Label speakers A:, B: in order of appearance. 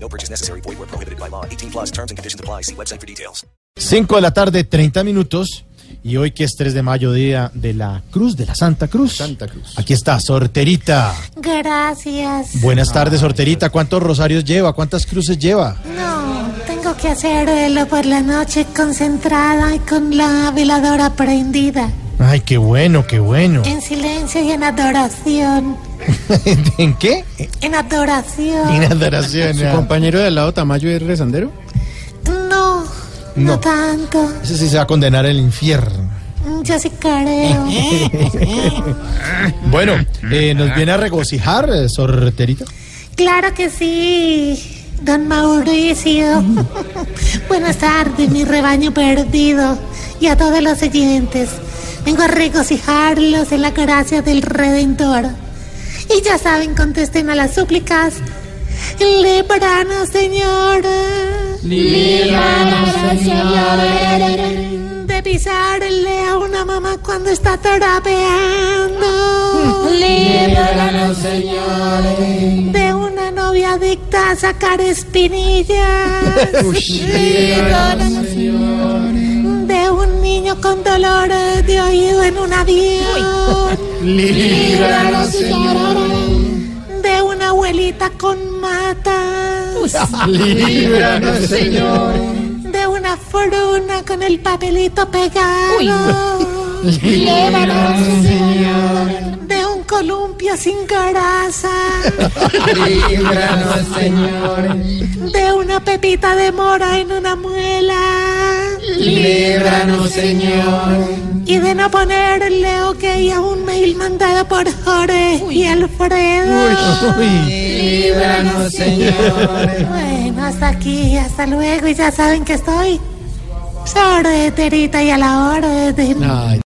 A: No purchase necessary. Void where prohibited by law. 18 plus terms and conditions apply. See website for details.
B: 5 de la tarde, 30 minutos. Y hoy que es 3 de mayo, día de la Cruz, de la Santa Cruz.
C: Santa Cruz.
B: Aquí está, Sorterita.
D: Gracias.
B: Buenas tardes, Sorterita. ¿Cuántos rosarios lleva? ¿Cuántas cruces lleva?
D: No, tengo que hacerlo por la noche concentrada y con la veladora prendida.
B: Ay, qué bueno, qué bueno.
D: En silencio y en adoración.
B: ¿En qué? Ah.
D: En adoración.
B: En adoración.
C: ¿Su compañero de al lado, Tamayo, es rezandero?
D: No, no,
B: No.
D: tanto.
B: Ese sí se va a condenar al infierno.
D: Yo sí careo.
B: Bueno, eh, nos viene a regocijar, eh, Sorterita.
D: Claro que sí, don Mauricio. Buenas tardes, mi rebaño perdido. Y a todos los oyentes. Vengo a regocijarlos en la gracia del Redentor. Y ya saben, contesten a las súplicas. Líbranos, Señor. Líbranos, Señor. De pisarle a una mamá cuando está torapeando. Líbranos, de una novia adicta a sacar espinillas. De un niño con dolor de oído en un avión. De una abuelita con matas. De una foruna con el papelito pegado. De un columpio sin grasa. De una pepita de mora en una muela.
C: Líbranos, Señor.
D: Y de no ponerle ok a un mail mandado por Jorge y Alfredo.
B: Uy,
C: Líbranos, Señor.
D: Bueno, hasta aquí, hasta luego. Y ya saben que estoy. Sordeterita y a la orden.
B: ay.